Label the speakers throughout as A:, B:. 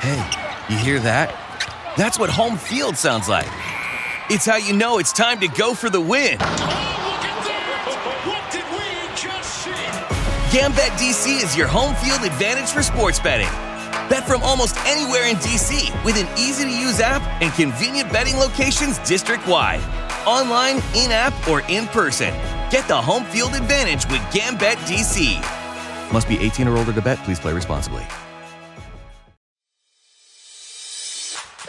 A: Hey, you hear that? That's what home field sounds like. It's how you know it's time to go for the win.
B: Look at that! What did we just see?
A: Gambit DC is your home field advantage for sports betting. Bet from almost anywhere in DC with an easy to use app and convenient betting locations district wide. Online, in app, or in person. Get the home field advantage with Gambit DC. Must be 18 or older to bet. Please play responsibly.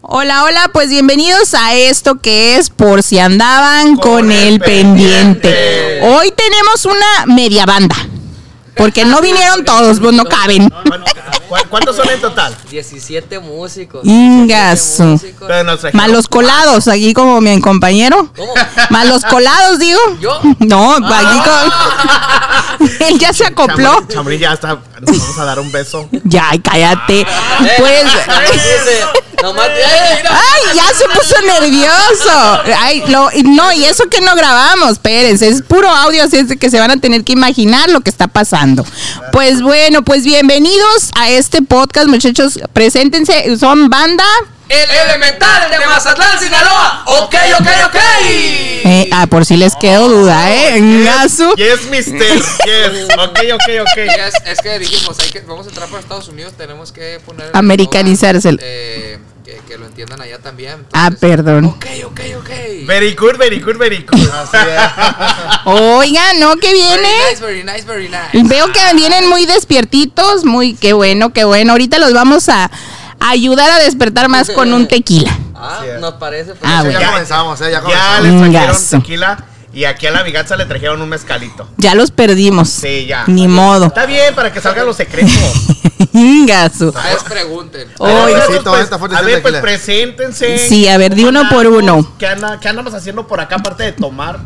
C: Hola, hola, pues bienvenidos a esto que es Por si andaban con, el pendiente. Hoy tenemos una media banda. Porque no vinieron todos, pues no caben.
D: ¿Cuál- ¿Cuántos son en total?
E: 17 músicos.
C: Mm, Ingazo.
E: 17 músicos.
D: Pero nos trajeron-
C: Más los colados, aquí como mi compañero.
E: ¿Cómo?
C: Más los colados, digo.
E: ¿Yo?
C: No, aquí con... Él ya se acopló.
D: Chambrín- Chambrín ya está. Nos vamos a dar un beso.
C: Ya, ay, cállate.
E: Ah.
C: Pues...
E: Eh,
C: Ah.
E: Dice, nomás, ¡ay, mira!
C: Ay, ya se puso nervioso. Ay, lo- y no, y eso que no grabamos, espérense, es puro audio, así es de que se van a tener que imaginar lo que está pasando. Pues bueno, pues bienvenidos a este podcast, muchachos. Preséntense, son banda.
E: El elemental de Mazatlán, Sinaloa. Ok, ok, ok.
C: Eh, ah, por si les quedó duda, ¿eh? Ngazu.
D: Yes, mister. Yes. Ok, ok, ok.
E: Es, es que dijimos, hay que, vamos a entrar para Estados Unidos, tenemos que poner...
C: Americanizárselo.
E: Eh, que, que lo entiendan allá también.
C: Ah,
E: Entonces,
C: perdón.
E: Ok, ok, ok.
D: Very good, very good, very good.
C: Oigan, ¿no? ¿Qué viene?
E: Very nice, very nice, very nice.
C: Veo que vienen muy despiertitos, muy qué bueno, qué bueno. Ahorita los vamos a ayudar a despertar más con un tequila.
E: Ah,
D: Así es.
E: nos parece. pues,
C: Ah,
E: eso
C: bueno.
E: ya-
F: comenzamos, eh, ya
D: Ya
F: comenzamos.
D: les trajeron
C: Chingazo.
D: tequila y aquí a la amiganza le trajeron un mezcalito.
C: Ya los perdimos.
D: Sí, ya.
C: Ni
F: Ah,
C: modo.
D: Está bien para que salgan los secretos.
C: Ingasu.
E: Ustedes pregunten.
C: Oye,
D: Oigan,
F: sí, toda esta fuente
D: a
F: de
D: ver, pues
F: tequila.
D: preséntense.
C: Sí, a ver, di uno por uno.
D: ¿Qué, anda- qué andamos haciendo por acá aparte de tomar?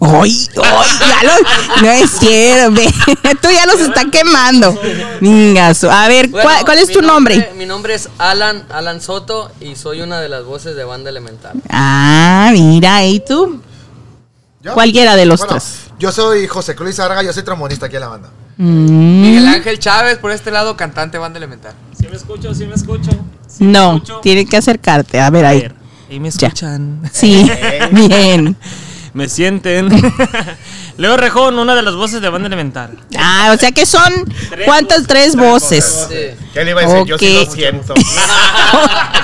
C: Hoy, hoy, ya los. No es cierto, ve. Tú ya los está quemando. Ingasu. A ver,
E: Bueno,
C: ¿cuál, cuál es
E: mi
C: tu nombre?
E: Mi nombre es Alan, Alan Soto y soy una de las voces de Banda Elemental.
C: Ah, mira, ¿y tú?
F: ¿Yo?
C: Cualquiera de los
F: Bueno,
C: tres.
F: Yo soy José Luis Arga, yo soy trombonista aquí en la banda.
C: Mm.
E: Miguel Ángel Chávez, por este lado, cantante Banda Elemental.
G: Si me escucho, si me escucho. sí me
C: No,
G: escucho.
C: tienes que acercarte. A ver
G: A
C: ahí.
G: ver, Ahí me
C: Ya.
G: escuchan.
C: Sí, bien.
G: Me sienten. Leo Rejón, una de las voces de Banda Elemental.
C: Ah, o sea que son. ¿Cuántas? Tres voces.
E: Sí.
D: ¿Qué le iba a decir? Yo sí
C: Ok.
D: lo siento.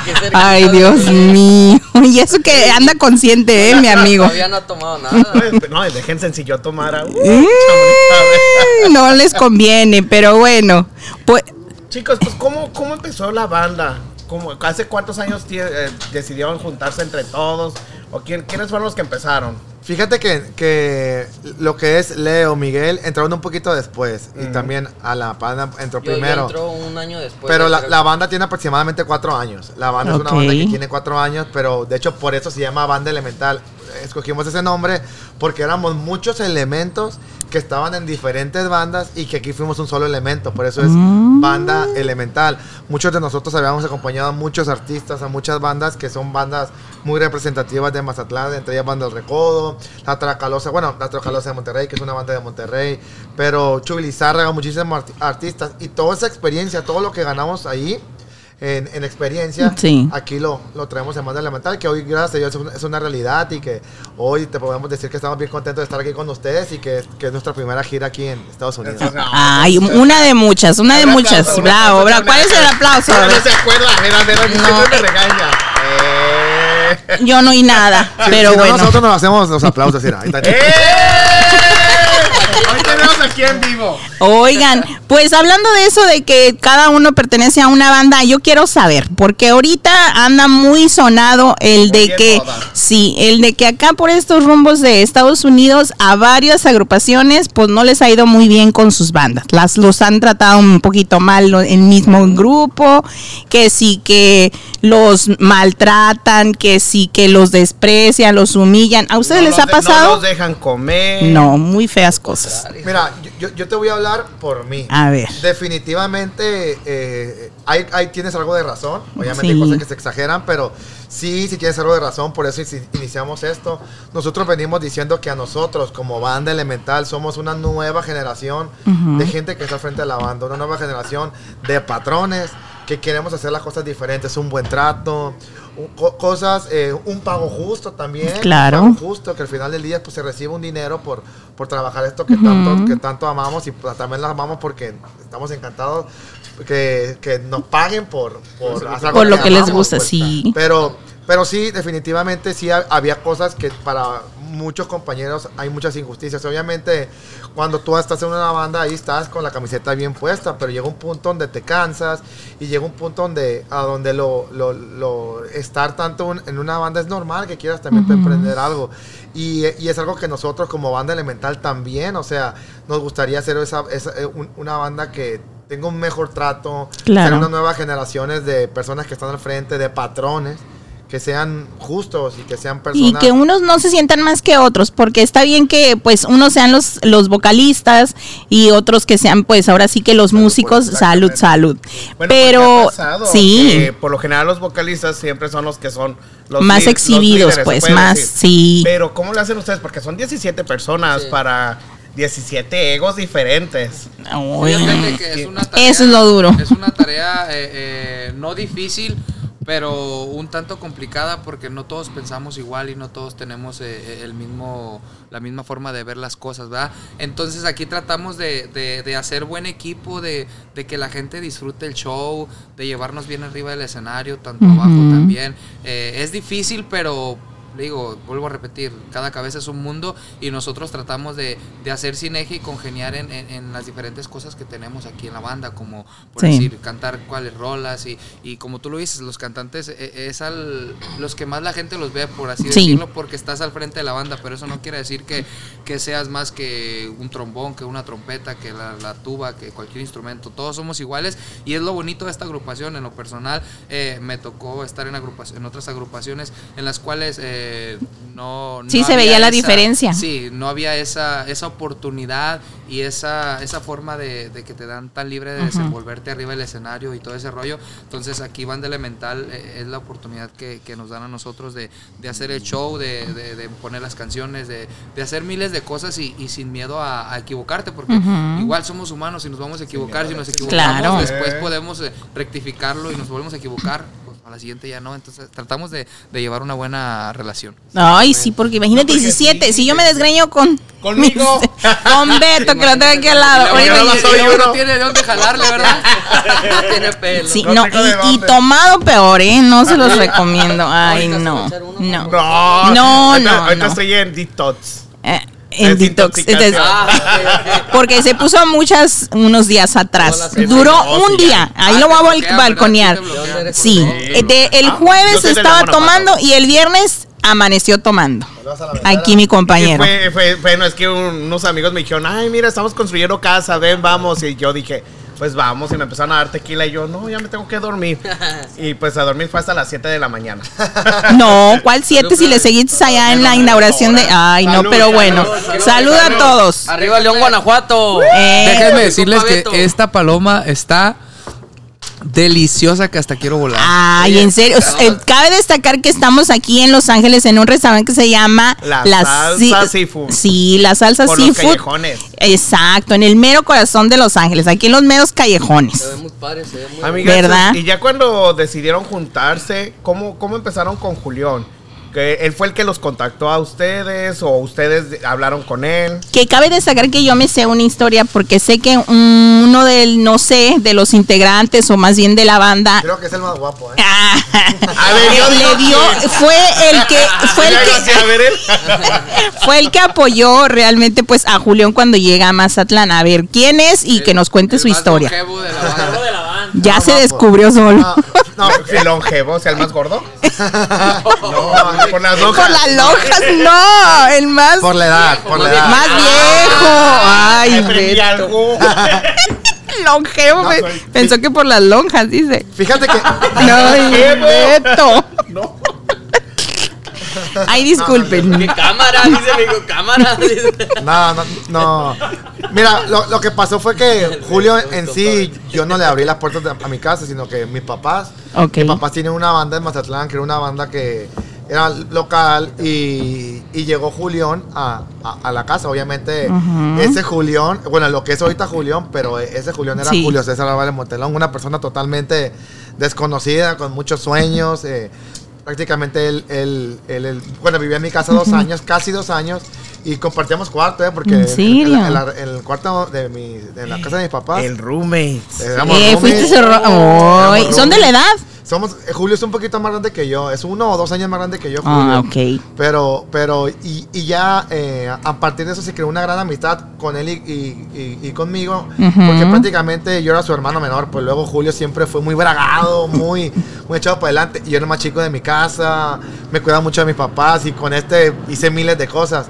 E: Qué cerca
C: Ay,
E: estaba
C: Dios
E: de-
C: mío. Y eso que anda consciente, ¿eh, mi amigo?
E: Todavía no ha tomado nada.
D: Este, No, déjense si yo tomara. Uh,
C: Mm,
D: chamorita, a ver.
C: No les conviene, pero bueno. Pues,
D: Chicos, pues ¿cómo, cómo empezó la banda? ¿Cómo, ¿Hace cuántos años tie- eh, decidieron juntarse entre todos? ¿O quién, quiénes fueron los que empezaron?
F: Fíjate que, que lo que es Leo, Miguel, entraron un poquito después. Y también a la banda entró
E: Yo, yo
F: primero.
E: entro pues, un año después.
F: pero
E: yo
F: la,
E: creo.
F: la banda tiene aproximadamente cuatro años. La banda es
C: Ok.
F: una banda que tiene cuatro años, pero de hecho por eso se llama Banda Elemental. Escogimos ese nombre porque éramos muchos elementos que estaban en diferentes bandas y que aquí fuimos un solo elemento. Por eso es Banda Elemental. Muchos de nosotros habíamos acompañado a muchos artistas, a muchas bandas que son bandas muy representativas de Mazatlán, entre ellas Banda del Recodo, La Tracalosa, bueno, La Tracalosa de Monterrey, que es una banda de Monterrey, pero Chuy Lizárraga, muchísimos arti- artistas. Y toda esa experiencia, todo lo que ganamos ahí, en, en experiencia,
C: Sí.
F: aquí lo, lo traemos en Banda Elemental, que hoy, gracias a Dios, es una- es una realidad y que hoy te podemos decir que estamos bien contentos de estar aquí con ustedes y que, que es nuestra primera gira aquí en Estados Unidos.
C: ay, una de muchas, una de muchas. Bravo, bravo. ¿Cuál es el aplauso?
D: No, no se acuerda, mira, mira, siempre me regaña. Eh.
C: Yo no oí nada,
F: Si-
C: pero
F: si no,
C: bueno.
F: Eh. nosotros nos hacemos los aplausos. mira, ahí está.
D: ¡Eh! Hoy tenemos aquí en vivo.
C: Oigan, pues hablando de eso de que cada uno pertenece a una banda, yo quiero saber, porque ahorita anda muy sonado el
D: Muy
C: de
D: en
C: que,
D: moda.
C: sí, el de que acá por estos rumbos de Estados Unidos a varias agrupaciones pues no les ha ido muy bien con sus bandas, las los han tratado un poquito mal lo- el mismo grupo, que sí que los maltratan, que sí que los desprecian, los humillan. ¿A ustedes
D: No
C: les
D: los
C: ha
D: de- No
C: pasado?
D: los dejan comer.
C: No, muy feas cosas.
F: Mira, yo, yo- yo te voy a hablar por mí.
C: A ver.
F: Definitivamente, eh, hay, hay- tienes algo de razón. Obviamente hay
C: Sí.
F: cosas que se exageran, pero sí, sí tienes algo de razón. Por eso si iniciamos esto. Nosotros venimos diciendo que a nosotros, como banda elemental, somos una nueva generación de gente que está frente a la banda. Una nueva generación de patrones que queremos hacer las cosas diferentes. Un buen trato, un- co- cosas, eh, un pago justo también. un
C: Claro.
F: pago justo, que al final del día pues, se recibe un dinero por, por trabajar esto que, tanto, que tanto amamos y pues, también las amamos porque estamos encantados que, que nos paguen por, por, hacer algo
C: Por lo que les
F: amamos,
C: gusta,
F: pues.
C: sí.
F: Pero, pero sí, definitivamente sí ha- había cosas que para muchos compañeros hay muchas injusticias. Obviamente, cuando tú estás en una banda, ahí estás con la camiseta bien puesta, pero llega un punto donde te cansas y llega un punto donde, a donde lo, lo- lo- estar tanto un- en una banda es normal que quieras también emprender algo. Y, y es algo que nosotros como banda elemental también, o sea, nos gustaría hacer esa, esa- eh, un- una banda que tenga un mejor trato,
C: Claro.
F: ser una nuevas generaciones de personas que están al frente, de patrones, que sean justos y que sean personas.
C: Y que unos no se sientan más que otros, porque está bien que pues unos sean los, los vocalistas y otros que sean pues ahora sí que los
D: Salud,
C: músicos,
D: pues,
C: salud,
D: exactamente.
C: salud.
D: Bueno,
C: Pero
D: porque ha pasado
C: sí,
D: que por lo general los vocalistas siempre son los que son los
C: Más
D: lí- los
C: exhibidos,
D: líderes,
C: pues,
D: se puede
C: más, sí.
D: Pero ¿cómo lo hacen ustedes? Porque son 17 personas
E: Sí.
D: para 17 egos diferentes.
C: Ay,
H: Fíjate que es una tarea,
C: Eso es lo duro.
H: Es una tarea eh, eh, no difícil, pero un tanto complicada porque no todos pensamos igual y no todos tenemos eh, eh, el mismo, la misma forma de ver las cosas, ¿verdad? Entonces aquí tratamos de, de- de hacer buen equipo, de, de que la gente disfrute el show, de llevarnos bien arriba del escenario, tanto abajo
C: Ujú.
H: también. Eh, es difícil, pero le digo, vuelvo a repetir, cada cabeza es un mundo y nosotros tratamos de, de hacer sinergia y congeniar en, en- en las diferentes cosas que tenemos aquí en la banda, como por
C: Sí.
H: decir, cantar cuáles rolas y, y como tú lo dices, los cantantes eh, es al, los que más la gente los ve, por así
C: Sí.
H: decirlo, porque estás al frente de la banda, pero eso no quiere decir que, que seas más que un trombón, que una trompeta, que la, la tuba, que cualquier instrumento, todos somos iguales y es lo bonito de esta agrupación, en lo personal eh, me tocó estar en, agrupación, en otras agrupaciones en las cuales eh, no...
C: Sí,
H: no
C: se
H: había
C: veía la
H: esa-
C: diferencia.
H: Sí, no había esa, esa oportunidad y esa, esa forma de, de que te dan tan libre de desenvolverte arriba del escenario y todo ese rollo. Entonces aquí Banda Elemental eh, es la oportunidad que, que nos dan a nosotros de, de hacer el show, de, de- de poner las canciones, de, de hacer miles de cosas y, y sin miedo a, a equivocarte, porque
C: Ujú.
H: igual somos humanos y nos vamos a equivocar, si nos equivocamos
C: Claro.
H: después podemos eh, rectificarlo y nos volvemos a equivocar. pues, A la siguiente ya no, entonces tratamos de, de llevar una buena relación.
C: Ay, sí, porque imagínate 17, si yo me desgreño con
D: Conmigo.
C: con Beto que lo tengo aquí al lado.
H: Y
C: Oye,
H: luego-
D: no
H: y
D: soy
H: luego
D: uno.
H: no tiene de dónde jalarle, ¿verdad?
E: No tiene pelo.
C: sí,
D: no
C: no,
D: tengo
C: y,
D: de
C: y
D: dónde.
C: tomado peor, ¿eh? No se los recomiendo. Ay,
E: Ahorita se va a
C: no.
E: echar uno,
C: No.
D: No,
C: No,
D: ahorita,
C: no,
D: ahorita
C: no.
D: estoy en detox.
C: Eh, en detox.
D: Desintoxicación.
C: Entonces,
E: Ah, ok, ok.
C: Porque se puso muchas unos días atrás. Duró un día. Ahí lo voy a
H: Ah, te
C: bal-
H: bloquean,
C: balconear.
H: ¿verdad? Sí te bloquean.
C: Sí.
H: Porque-
C: Eh, de- el
D: Ah, yo
C: jueves
D: soy de la
C: estaba
D: buena
C: tomando
D: pata.
C: y el viernes amaneció tomando. Aquí mi
D: Y
C: compañero.
D: Fue, fue, bueno, es que un- unos amigos me dijeron, ay, mira, estamos construyendo casa, ven, vamos. Y yo dije, pues vamos. Y me empezaron a dar tequila y yo, no, ya me tengo que dormir. Y pues a dormir fue hasta las 7 de la mañana.
C: No, ¿cuál siete si le seguís allá en la inauguración de... Ay, no,
D: Salud,
C: pero
D: salud,
C: bueno.
D: salud,
C: Salud a
D: salud.
C: todos.
E: Arriba León, Guanajuato.
C: Eh,
H: Déjenme
E: Compa
H: decirles que
E: Beto.
H: esta paloma está deliciosa que hasta quiero volar.
C: Ay, en serio. Eh, cabe destacar que estamos aquí en Los Ángeles en un restaurante que se llama
D: La Salsa Seafood.
C: Sí, la salsa
D: Por los
C: seafood.
D: callejones.
C: Exacto, en el mero corazón de Los Ángeles, aquí en los meros
E: Se ve
C: callejones.
E: muy padre, se ve muy
D: Amigas,
C: ¿Verdad?
D: Y ya cuando decidieron juntarse, ¿cómo, cómo empezaron con Julián? que él fue el que los contactó a ustedes o ustedes hablaron con él.
C: Que cabe destacar que yo me sé una historia porque sé que un- uno del, no sé, de los integrantes o más bien de la banda.
F: Creo que es el más guapo, ¿eh?
C: Ah,
D: ver, yo
C: le,
D: digo
C: dio,
D: que-
C: fue el que, fue el
D: Mira,
C: que,
D: así, a ver, él.
C: fue el que apoyó realmente pues a Julián cuando llega a Mazatlán. A ver quién es y que nos cuente
H: El
C: su
H: más
C: historia.
H: longevo de la banda.
G: de la banda.
C: Ya
F: No,
C: se
F: guapo.
C: descubrió solo.
F: No, no,
D: Sí, longevo, o sea, el más gordo.
F: no,
D: Por las
C: Por
D: hojas.
C: las lojas, no, el más,
F: por la edad, por la edad. Ah,
C: más viejo. Ay,
D: Aprendí
C: Beto.
D: algo.
C: longevo.
F: No,
C: pe-
F: soy- Ah,
C: Pensó que por las lonjas, dice.
F: Fíjate que
C: No, ay,
D: Longevo.
C: Beto.
D: No.
C: Ay, disculpen.
E: ¿Qué cámara? Dice mi hijo, cámara. Dice.
F: No, no, no. Mira, lo, lo que pasó fue que Julio en sí, yo no le abrí las puertas de- a mi casa, sino que mis papás.
C: Ok.
F: Mis papás tienen una banda en Mazatlán, que era una banda que era local y, y llegó Julián a, a- a la casa. Obviamente, ese Julián, bueno, lo que es ahorita Julián, pero e, ese Julián era
C: Sí.
F: Julio César Álvarez Montelón, una persona totalmente desconocida, con muchos sueños. eh, prácticamente él, él- él- él- bueno, vivía en mi casa dos años, casi dos años, y compartíamos cuarto, ¿eh? Porque
C: ¿En
F: el-
C: serio?
F: el- el- el cuarto de, mi, de la casa de mis papás.
D: El roommate.
F: éramos
C: Eh, fuiste
F: roomies.
C: su ro-
F: Éramos
C: Ay, ¿Son de la
F: roomies.
C: edad?
F: Somos, eh, Julio es un poquito más grande que yo, es uno o dos años más grande que yo.
C: Ah,
F: Julio.
C: ok.
F: Pero, pero, y, y ya eh, a partir de eso se creó una gran amistad con él y, y- y- y conmigo,
C: Ujú.
F: porque prácticamente yo era su hermano menor, pues luego Julio siempre fue muy bragado, muy, muy echado para adelante, y yo era el más chico de mi casa, me cuidaba mucho de mis papás y con este hice miles de cosas.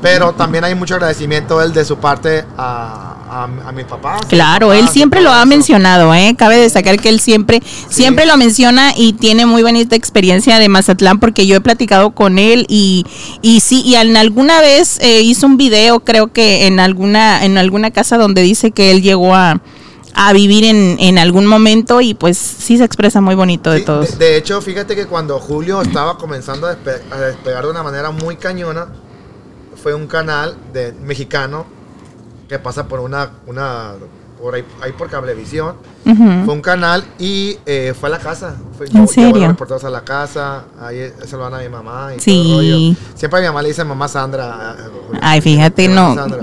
F: Pero también hay mucho agradecimiento él de su parte a, a, a mis papás.
C: Claro,
F: a mis
C: él
D: Ah,
F: papás,
C: siempre
F: y
C: lo
F: todo
C: ha
F: eso.
C: mencionado, ¿eh? Cabe destacar que él siempre, siempre lo menciona y tiene muy bonita experiencia de Mazatlán porque yo he platicado con él y, y sí, y en alguna vez eh, hizo un video, creo que en alguna, en alguna casa donde dice que él llegó a, a vivir en, en algún momento y pues sí se expresa muy bonito de
F: Sí,
C: todos.
F: de hecho, fíjate que cuando Julio estaba comenzando a, despe- a despegar de una manera muy cañona, fue un canal de mexicano que pasa por una, una por ahí, ahí por cablevisión. Fue un canal y eh, fue a la casa. Fue,
C: ¿En
F: llevó-
C: serio?
F: Llevó a los reporteros a la casa. Ahí saludan a mi mamá. Y
C: Sí.
F: todo el rollo. Siempre a mi mamá le dice mamá Sandra. eh, Julio.
C: Ay, fíjate, no.
F: Mamá Sandra.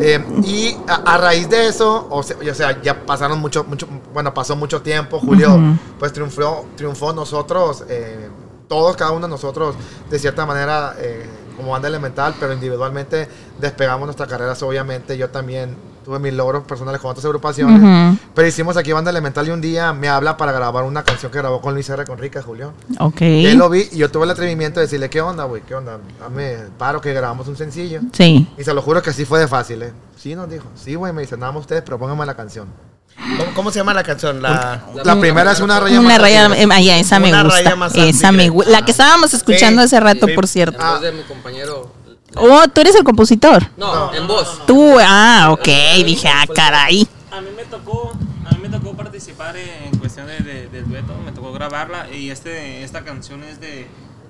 F: Eh, y a, a raíz de eso, o sea, o sea, ya pasaron mucho, mucho, bueno, pasó mucho tiempo, Julio,
C: Ujú.
F: pues triunfó, triunfó nosotros, eh, todos, cada uno de nosotros, de cierta manera, eh, como banda elemental, pero individualmente despegamos nuestras carreras, obviamente, yo también tuve mis logros personales con otras agrupaciones,
C: Ujú.
F: pero hicimos aquí banda elemental y un día me habla para grabar una canción que grabó con Luis R. Conrique, Julio.
C: Ok.
F: Y Él lo vi y yo tuve el atrevimiento de decirle, ¿qué onda, güey? ¿Qué onda? Dame el paro que grabamos un sencillo.
C: Sí.
F: Y se lo juro que así fue de fácil, ¿eh? Sí, nos dijo. Sí, güey, me dicen, nada más ustedes, propónganme la canción.
D: ¿Cómo, cómo se llama la canción? La...
F: La, primera es una raya
C: Una
F: más
C: raya,
F: arriba.
C: eh, ay, esa me
D: Una raya
C: gusta.
D: más
C: Esa me,
D: antigre.
C: gu- la que estábamos escuchando hace rato,
D: sí.
C: por
E: En
C: cierto.
E: voz de mi compañero.
C: Oh, tú eres el compositor.
E: No, en voz.
C: Tú, ah, ok, dije, ah, caray.
G: A mí me tocó, a mí me tocó participar en cuestión de, de- del dueto, me tocó grabarla y este, esta canción es de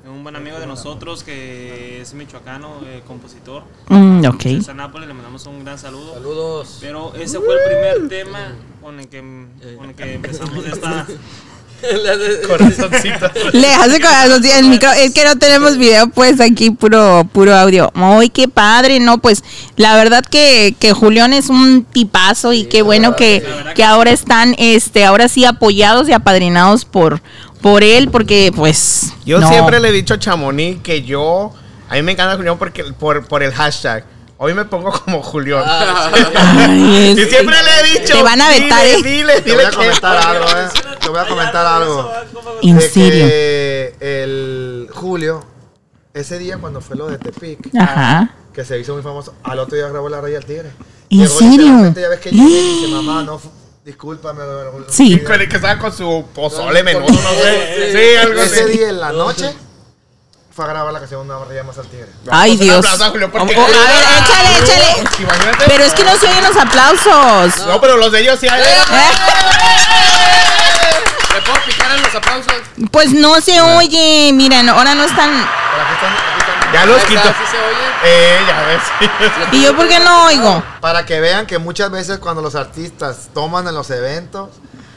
G: un buen amigo de nosotros que es michoacano, eh, compositor.
C: Mm, ok.
G: César Nápoles, le mandamos un gran saludo.
E: Saludos.
G: Pero ese fue el primer tema con el que,
C: Eh.
G: con el que empezamos esta...
D: Corazoncito.
C: Le hace con el micro, es que no tenemos video, pues aquí puro, puro audio. Ay, qué padre, no, pues la verdad que, que Julián es un tipazo y qué bueno que, que ahora están, este, ahora sí apoyados y apadrinados por, por él, porque pues.
D: Yo
C: no.
D: siempre le he dicho a Chamonix que yo. A mí me encanta Julián porque, por, por el hashtag. Hoy me pongo como Julián.
E: Ah.
C: Ay,
D: y
C: es-
D: siempre le he dicho.
C: Te van a vetar,
D: dile,
C: ¿eh?
D: Dile,
F: Te voy
D: dile
F: a
D: que-
F: comentar algo, ¿eh? Te voy a comentar algo.
C: ¿En
F: De
C: serio?
F: que el Julio, ese día cuando fue lo de Tepic,
C: Ajá.
F: que se hizo muy famoso, al otro día grabó la raya al tigre.
C: ¿En
F: Llegó
C: serio?
F: literalmente, Ya ves que llega y dice, mamá, no, fu- discúlpame. güey, güey,
C: Sí.
F: güey".
D: Con el que estaba con su pozole menudo, no sé. Sí, algo así.
F: Ese día en la noche fue a grabar la canción Una barriga más al tigre.
C: Ay,
D: Un
C: Dios.
D: aplauso a Julián porque-
C: Oh, a ver, échale, échale.
D: Imagínate.
C: Pero es que no se oyen los aplausos.
D: No, pero los de ellos sí. eh,
H: ¿Le puedo picar en los aplausos?
C: Pues no se oye, miren, ahora no están.
F: Pero aquí están- aquí están-
D: Ya los
H: Ahí
D: quito.
H: está, ¿sí se oye?
D: Eh, ya ves.
C: ¿Y yo por qué no oigo?
F: Para que vean que muchas veces cuando los artistas toman en los eventos,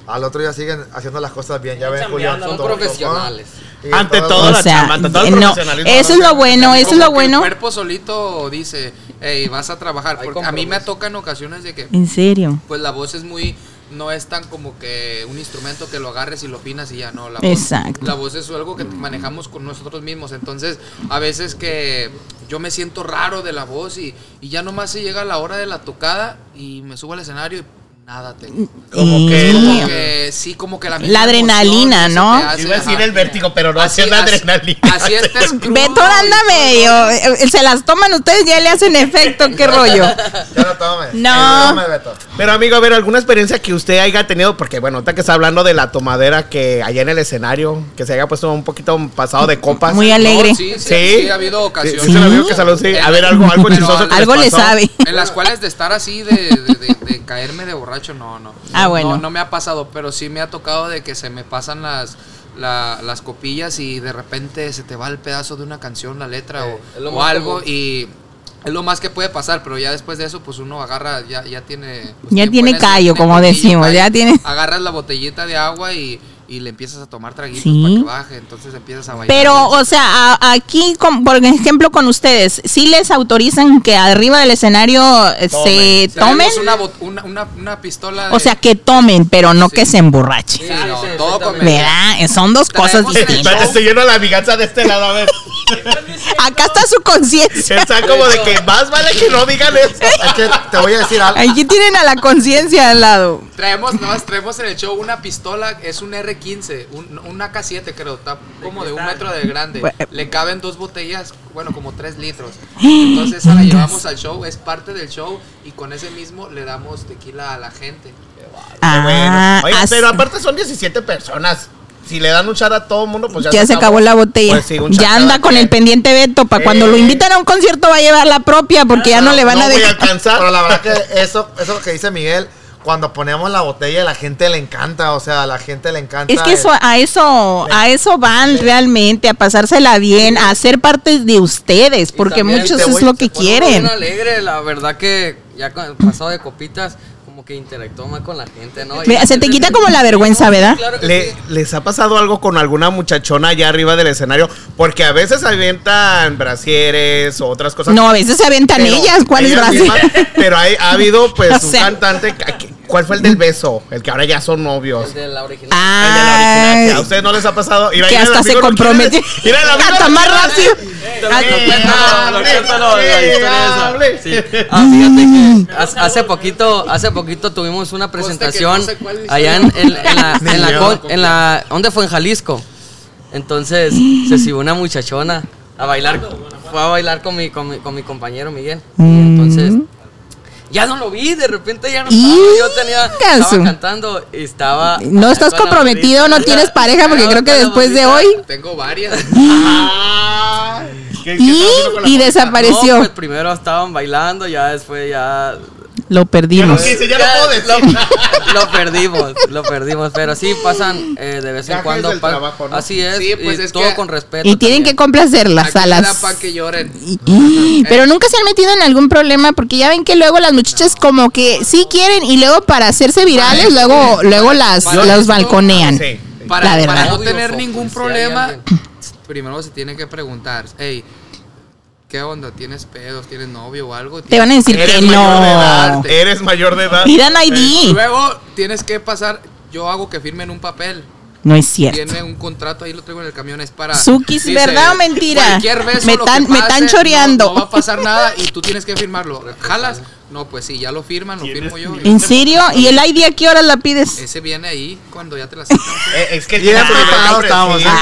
F: al otro día siguen haciendo las cosas bien. Ya ven,
E: chambeando,
F: Julián.
E: son
F: todo-
E: profesionales.
F: y
D: Ante
F: todo-
D: todo,
C: O
D: la
C: sea, eh,
D: chamba, ante todo el
C: no,
D: profesionalismo.
C: eso es lo bueno, eso es
H: Como
C: lo
H: que
C: bueno.
H: El cuerpo solito dice, hey, vas a trabajar.
E: Hay
H: Porque a mí me
E: compromiso.
H: tocan ocasiones de que,
C: En serio.
H: pues la voz es muy, no es tan como que un instrumento que lo agarres y lo afinas y ya no. La voz,
C: Exacto.
H: La voz es algo que manejamos con nosotros mismos. Entonces, a veces que yo me siento raro de la voz y, y ya nomás se llega la hora de la tocada y me subo al escenario y nada tengo.
D: Como que-
H: Como
C: Y-
H: que sí, como que la,
C: La
H: misma
C: adrenalina,
H: emoción
C: ¿no?
H: se te hace,
D: Iba a decir
H: ajá.
D: el vértigo, pero no
H: Así-
D: hacía la
H: así-
D: adrenalina.
H: Así estás crudo
C: Beto anda
H: y-
C: medio. eh, eh, Se las toman ustedes, ya le hacen efecto, qué rollo.
F: Ya no tomes.
C: No.
F: Tome, Beto.
D: Pero amigo, a ver, ¿alguna experiencia que usted haya tenido? Porque bueno, ahorita que está hablando de la tomadera que allá en el escenario, que se haya puesto un poquito pasado de copas.
C: Muy
H: No,
C: alegre.
H: sí, sí,
D: Sí.
H: sí, ha habido ocasiones. Eh,
D: Sí, se la veo que salud, sí. A ver, algo, algo
H: Pero
D: chistoso que
C: Algo le
D: les pasó.
C: sabe.
H: En las cuales de estar así, de, de- de- de caerme de borracho, no, no.
C: Ah, bueno.
H: No, no me ha pasado, pero sí me ha tocado de que se me pasan las, la- las copillas y de repente se te va el pedazo de una canción, la letra
E: Sí, Eh, es lo
H: o, o
E: más
H: algo
E: común.
H: y... Es lo más que puede pasar, pero ya después de eso, pues uno agarra, ya, ya tiene...
C: Ya
H: pues, tiempo
C: tiene
H: en eso,
C: callo, como
H: copilla,
C: decimos, ya tiene-
H: Agarras la botellita de agua y, y le empiezas a tomar traguitos
C: Sí.
H: para que baje, entonces empiezas a bailar.
C: Pero, o sea, a- aquí, con- por ejemplo, con ustedes, ¿sí les autorizan que arriba del escenario eh, se tomen?
H: Tenemos Una, bot- una, una, una pistola.
C: O
H: de-
C: sea, que tomen, pero no que se
H: Sí,
C: emborrachen.
H: no,
E: sí, sí,
H: todo
E: exactamente.
H: con
C: ¿Verdad? Eh, Son dos cosas
H: Traemos el
D: Espérate,
C: distintas.
D: estoy lleno de la venganza de este lado, a ver.
C: Acá está su conciencia.
D: Está como de que más vale que no digan eso.
F: Es que te voy a decir algo.
C: Aquí tienen a la conciencia al lado.
H: Traemos, no, traemos en el show una pistola, es un R15, un, un AK7 creo, está como de un metro de grande.
C: Bueno. eh,
H: Le caben dos botellas, bueno, como tres litros. Entonces esa la llevamos al show, es parte del show y con ese mismo le damos tequila a la gente.
C: Ah,
D: Oye,
C: as-
D: pero aparte son 17 personas. Si le dan un char a todo el mundo, pues ya,
C: ya se acabó la botella.
D: Pues sí, un
C: ya
D: chacal,
C: anda con
D: ¿qué?
C: el pendiente Beto. Para
D: Eh.
C: cuando lo invitan a un concierto va a llevar la propia porque ya no le van
D: no
C: a
D: voy a
C: dejar.
D: alcanzar.
F: Pero la verdad que eso, eso que dice Miguel, cuando ponemos la botella, la gente le encanta. O sea, a la gente le encanta.
C: Es que
F: el-
C: eso, a eso, a eso van realmente, a pasársela bien, a ser parte de ustedes,
E: Y
C: porque
E: también
C: muchos
E: te
C: es
E: voy-
C: lo que
E: se pone uno bien
C: quieren.
E: alegre, la verdad que ya con el pasado de copitas, como que interactúa más con la gente, ¿no? Y
C: Mira,
E: la
C: se te
E: gente-
C: quita como la vergüenza, ¿verdad?
E: Claro que
D: Le-
E: sí.
D: ¿Les ha pasado algo con alguna muchachona allá arriba del escenario? Porque a veces avientan brasieres o otras cosas.
C: No, a veces se aventan
D: Pero
C: ellas, ¿cuál es
D: ellas
C: Brasil?
D: mismas- pero hay- ha habido pues
C: O
D: un
C: sea.
D: cantante. que- que- ¿Cuál fue el del beso? El que ahora ya son novios.
E: El de la original.
D: El de la
C: Ah,
D: original. ¿A ustedes no les ha pasado? Mira,
C: que
D: mira, el
C: hasta se
D: amigo lo quiere-
C: comprometió.
D: Mira, el amigo
C: Hasta
D: lo
C: más
D: quiere-
C: rápido.
D: Eh,
E: Cuéntalo,
D: hable,
E: cuéntalo, la
D: eh,
E: historia esa.
D: hable.
E: Sí. Ah, fíjate
C: Mm.
E: que hace, hace poquito, hace poquito tuvimos una presentación
H: Conste que no sé cuál es
E: allá en,
H: la-
E: en- en la,
F: Ni
E: en la
F: yo.
E: con- en la- ¿dónde fue? En Jalisco. Entonces se subió una muchachona a bailar, fue a bailar con mi, con mi, con mi compañero Miguel. Y
C: Mm.
E: entonces ya no lo vi, de repente ya no estaba. Yo tenía,
C: Ingasu.
E: estaba cantando y estaba.
C: No estás
E: con la
C: comprometido, no
E: morrita.
C: tienes pareja, porque
E: Estaba
C: creo que
E: con la
C: después de
E: morrita.
C: hoy
H: Tengo varias.
D: ¿Qué- qué
C: y,
D: estaba haciendo con la
C: y
D: boca?
E: No,
C: desapareció.
E: pues primero estaban bailando, ya después ya
C: Lo perdimos.
D: Sí, sí, pues, ya no puedo decir.
E: lo, lo perdimos, lo perdimos, pero sí pasan eh, de vez en
D: Gajes
E: cuando.
D: del
E: pa-
D: trabajo, ¿no?
E: Así es,
H: Sí, pues
E: y
H: es
E: todo
H: que-
E: con respeto.
C: Y tienen que
E: también.
C: complacerlas a
H: Aquí
C: las.
H: era pa' que lloren.
C: Y- Pero nunca se han metido en algún problema porque ya ven que luego las muchachas como que sí quieren y luego para hacerse virales luego luego las
H: Para
C: los
H: eso,
C: balconean.
D: Sí.
H: Para,
C: La verdad.
H: para no
E: Obvio,
H: tener
E: Fox,
H: ningún
E: si hay
H: problema,
E: alguien.
H: primero se tiene que preguntar, hey, ¿qué onda? ¿Tienes pedos? ¿Tienes novio o algo?
C: Te van a decir
D: Eres
C: que
D: mayor de edad.
C: no.
D: Eres mayor de edad.
C: Miran ID.
H: Luego tienes que pasar, yo hago que firmen un papel.
C: No es cierto.
H: Tiene un contrato, ahí lo traigo en el camión, es para...
C: Suquis,
H: dice,
C: ¿verdad o mentira?
H: Cualquier beso,
C: Me
H: lo
C: tan-
H: que
C: me tan
H: no-
C: choreando.
H: No, va a pasar nada y tú tienes que firmarlo. ¿Jalas? No, pues sí, ya lo firman, lo firmo yo.
C: ¿En serio? ¿Y el ID a qué hora la pides?
H: Ese viene ahí cuando ya te la citan.
D: Eh, es que
F: Bien
D: tiene su nivel de
F: preparados
D: presión.
F: estamos, ¿eh?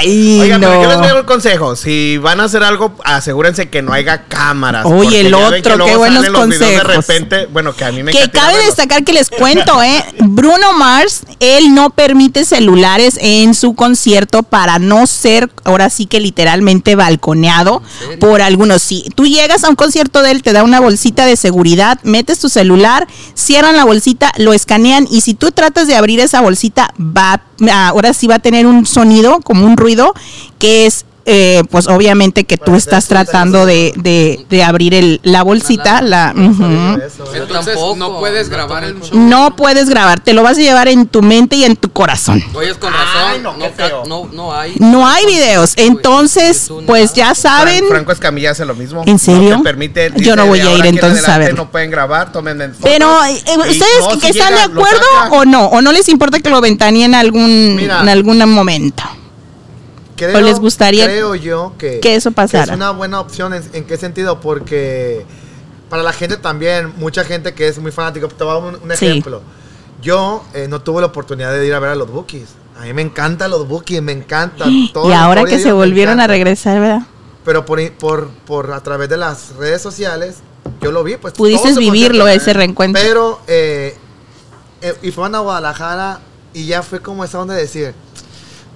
C: Ay,
D: Oigan, pero yo les voy a dar
C: no.
D: un consejo. Si van a hacer algo, asegúrense que no haya cámaras.
C: Oye,
D: porque
C: el
D: ya ven
C: otro,
D: que luego
C: qué buenos
D: salen los videos
C: consejos.
D: De repente, bueno, que a mí me
C: Que
D: encanta ir a
C: cabe
D: verlos.
C: destacar que les cuento, ¿eh? Bruno Mars, él no permite celulares en su concierto para no ser, ahora sí que literalmente balconeado por algunos. Si tú llegas a un concierto de él, te da una bolsita de seguridad, metes tu celular, cierran la bolsita, lo escanean y si tú tratas de ah, abrir esa bolsita, va, ahora sí va a tener un sonido, como un ruido, que es eh, pues obviamente que tú
F: Para
C: estás
F: hacer su
C: tratando de, de, de abrir el, la bolsita, la... ujú.
F: Eso,
E: Yo
F: ¿eh?
H: Entonces
E: tampoco,
H: no puedes
E: no
H: grabar el
E: tampoco.
H: show.
C: No puedes grabar, te lo vas a llevar en tu mente y en tu corazón.
E: Oye, con
D: Ay,
E: razón.
D: no,
E: No,
D: qué
E: ca-
D: feo.
E: no, no hay.
C: No hay videos, entonces
E: YouTube,
C: pues ya
E: nada.
C: saben...
D: Fran- Franco Escamilla hace lo mismo.
C: ¿En serio?
D: No te permite,
C: Yo no voy
D: de
C: a ir
D: ahora en
C: entonces a
D: adelante
C: verlo.
D: No pueden grabar, tomen en fotos.
C: Pero, eh, eh,
D: Y
C: ¿ustedes
D: no,
C: que
D: si
C: están
D: llega,
C: de
D: lo
C: acuerdo
D: saca.
C: o no? ¿O no les importa que lo ventanien en algún,
F: Mira.
C: en algún momento?
F: Creo-
C: ¿O les gustaría
F: creo yo que,
C: que eso pasara?
F: es una buena opción. ¿En, en qué sentido? Porque para la gente también, mucha gente que es muy fanático, te voy a dar un, un
C: Sí.
F: ejemplo. Yo eh, no tuve la oportunidad de ir a ver a los Bookies. A mí me encantan los Bookies, me encanta.
C: Y ahora que se volvieron a
F: regresar
C: regresar, ¿verdad?
F: pero por, por, por a través de las redes sociales, yo lo vi, pues.
C: Pudiste
F: todo su
C: vivirlo,
F: concierto,
C: ese reencuentro.
F: Pero, eh, eh, y fueron a Guadalajara y ya fue como esa onda de decir,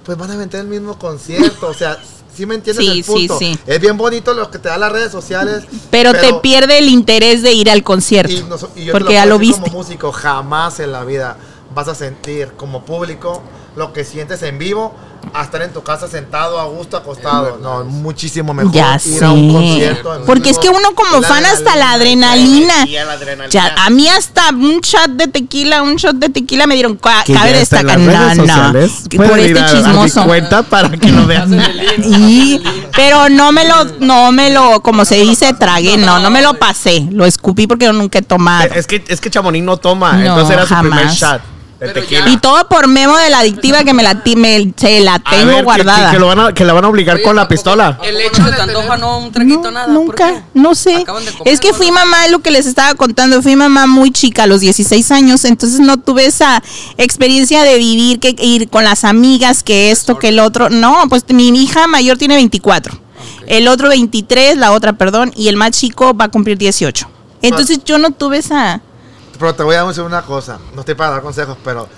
F: pues van a vender el mismo concierto, o sea, ¿sí me entiendes
C: Sí,
F: el punto?
C: sí, sí.
F: Es bien bonito lo que te dan las redes sociales.
C: Pero, te pierde el interés de ir al concierto.
F: y noso- y yo te
C: porque
F: puedo
C: ya lo
F: decir
C: viste.
F: Como músico, jamás en la vida vas a sentir como público lo que sientes en vivo a estar en tu casa sentado, a gusto, acostado. No, muchísimo mejor
C: Ya
F: ir a un
C: sé.
F: concierto. en
C: Porque es
F: vivo.
C: que uno como
F: La
C: fan hasta la adrenalina.
D: Y a la adrenalina.
C: Ya, ah, a mí hasta un shot de tequila, un shot de tequila me dieron ca-
D: Que
C: cabe
D: ya está en
C: destacar.
D: las redes
C: No, no.
D: sociales.
C: Por
D: Pueden ir
C: este
D: a- a mi
C: chismoso.
D: cuenta para que lo vean.
C: Y, pero no me lo, no me lo, como se dice, tragué, no, no me lo pasé, lo escupí porque yo nunca he tomado.
D: Es que, es que Chamonix no toma,
C: No,
D: entonces era su primer
C: jamás.
D: shot de
H: Pero
D: tequila.
C: Y todo por memo de la adictiva que me la, ti- me- se la
D: A
C: tengo
D: ver, que-
C: guardada.
D: Que, que lo van a- que la van a obligar
E: Oye,
D: con la
E: tampoco-
D: pistola.
E: El
H: Tampoco
E: hecho
H: no
E: de
H: le
E: te antoja
H: tenés-
E: no un traguito
C: No,
E: nada. ¿por
C: nunca,
E: qué?
C: no sé.
E: Acaban de comer,
C: Es que
E: bueno.
C: fui mamá, es lo que les estaba contando. Fui mamá muy chica, a los 16 años, entonces no tuve esa experiencia de vivir, que ir con las amigas, que esto, que el otro. No, pues mi hija mayor tiene 24, el otro 23, la otra, perdón, y el más chico va a cumplir 18. Entonces yo no tuve esa.
F: Pero te voy a decir una cosa, no estoy para dar consejos, pero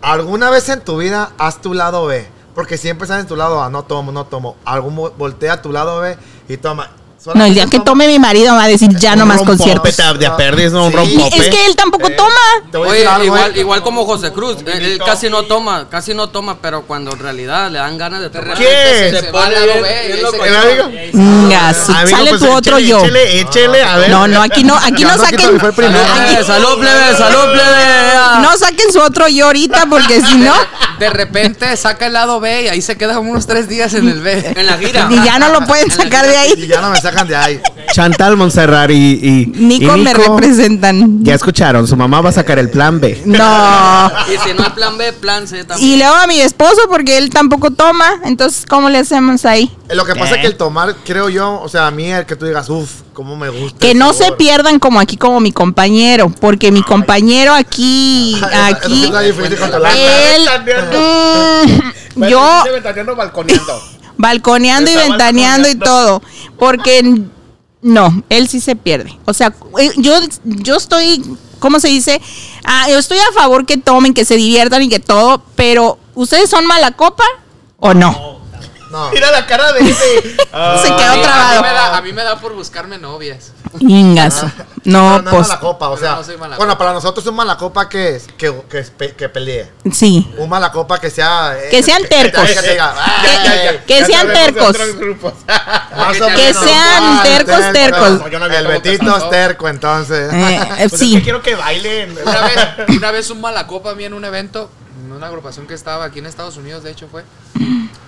F: alguna vez en tu vida haz tu lado B, porque siempre estás en tu lado A, no tomo, no tomo. Algún mo- voltea a tu lado B y toma.
C: No, el
F: Solamente
C: día que
F: toma-
C: tome mi marido va a decir ya Ah, no
D: Un
C: más
D: rompope,
C: conciertos.
D: te- De a perdiz, no un
F: Sí.
C: Y
D: rompope.
C: es que él tampoco
F: Eh,
C: toma.
F: Te voy a
E: Oye,
F: decir algo,
E: igual,
F: eh.
E: igual como José Cruz, él, él
D: vinito.
E: casi no toma, casi no toma, pero cuando en realidad le dan ganas de tomar.
D: ¿Qué?
H: Se,
D: Se
H: va al
E: pone
H: lado
E: bien-
H: B y
E: bien
H: ahí
E: loco.
H: se
D: ¿Era, amigo?
C: Mm, así,
D: Amigo,
C: sale
D: pues
C: tu otro
D: échele,
C: yo.
D: Échele, échele, a ver.
C: No, no, aquí no, aquí no
F: Yo no
C: saquen.
F: quito, fue el primero.
C: aquí-
E: Eh, Salud, plebe, salud, plebe.
C: No saquen su otro yo ahorita porque si no,
H: De repente saca el lado B y ahí se queda como unos tres días en el B.
E: En la gira.
C: y ya no lo pueden sacar de
F: Y
C: ahí.
F: ya no me sacan de ahí.
D: Chantal Monserrat y, y-
C: Nico
D: y
C: me representan.
D: Ya escucharon, su mamá va a sacar el plan B.
C: No.
E: Y si no hay plan B, plan C también.
C: Y luego a mi esposo porque él tampoco toma, entonces ¿cómo le hacemos ahí?
F: Eh, Lo que pasa es que el tomar, creo yo, o sea, a mí el que tú digas, uff, cómo me gusta.
C: Que
F: el
C: no
F: sabor".
C: se pierdan como aquí como mi compañero, porque mi compañero aquí
F: Eso- eso sí
C: aquí Eh,
F: está difícil de controlar.
C: él mm, yo balconeando y
D: Está
C: ventaneando y todo, porque n- no, él sí se pierde. O sea, cu- eh, yo, yo estoy, ¿cómo se dice? Ah, yo estoy a favor que tomen, que se diviertan y que todo, pero ¿ustedes son mala copa o no?
F: No.
D: Mira la cara de ese.
C: se
H: A mí-
C: quedó
H: A mí, me da, a
C: trabado.
H: mí me da por buscarme novias.
C: Ingazo. No,
F: No, no es
C: pues
F: mala copa, o
H: Pero
F: sea,
H: no soy mala
F: bueno, para nosotros un mala copa que es que, que, es pe- que pelee.
C: sí.
F: Un mala copa que sea. eh,
C: Que sean tercos.
F: que te diga, "Ah,
C: Que-
F: ya, ya, ya".
C: que sean tercos.
F: Más o
H: que
F: menos.
C: sean
F: Ah,
C: tercos, tercos.
F: No, yo no había El Betito es terco, entonces.
C: Eh, eh,
D: Pues Es
C: sí.
D: que quiero que bailen.
H: Una vez, una vez un malacopa a mí en un evento, en una agrupación que estaba aquí en Estados Unidos, de hecho fue.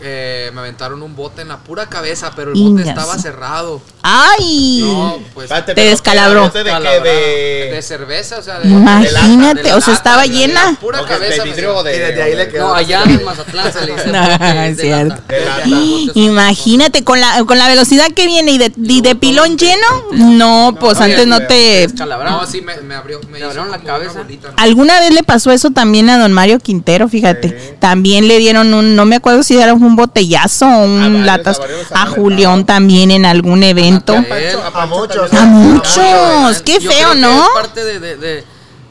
H: eh, me aventaron un bote en la pura cabeza, pero el bote
C: Ingas.
H: estaba cerrado.
C: Ay.
H: No, pues
D: Espérate,
C: Te
D: pero
C: descalabró.
D: ¿De qué?
H: calabrado.
D: De-
H: De cerveza, o sea, de,
C: Imagínate,
H: de lata,
C: o sea, estaba
H: de- de
C: llena.
H: la pura
D: Ok,
H: cabeza.
D: de
H: me
D: vidrio o
F: Y
D: de.
F: desde ahí le quedó.
E: No, allá en Mazatlán se le dice. bote
C: es
E: de lata.
C: cierto.
D: de lata.
C: Imagínate, con la, con la velocidad que viene y de, y de pilón lleno, no, pues antes no te...
E: Descalabrado.
H: No, sí, me, me abrió. Me hizo
E: abrieron la
H: como
E: cabeza.
H: una bolita, ¿no?
C: Alguna vez le pasó eso también a don Mario Quintero, fíjate. También le dieron un, no me acuerdo si era un botellazo o un
D: A varios,
C: latas.
D: a varios
C: A,
D: han
C: Julión también en algún evento.
E: A Pancho,
D: A
F: A muchos.
C: A muchos,
E: Yo
C: Pues qué
E: creo
C: feo,
E: que
C: ¿no?
E: es parte de, de- de-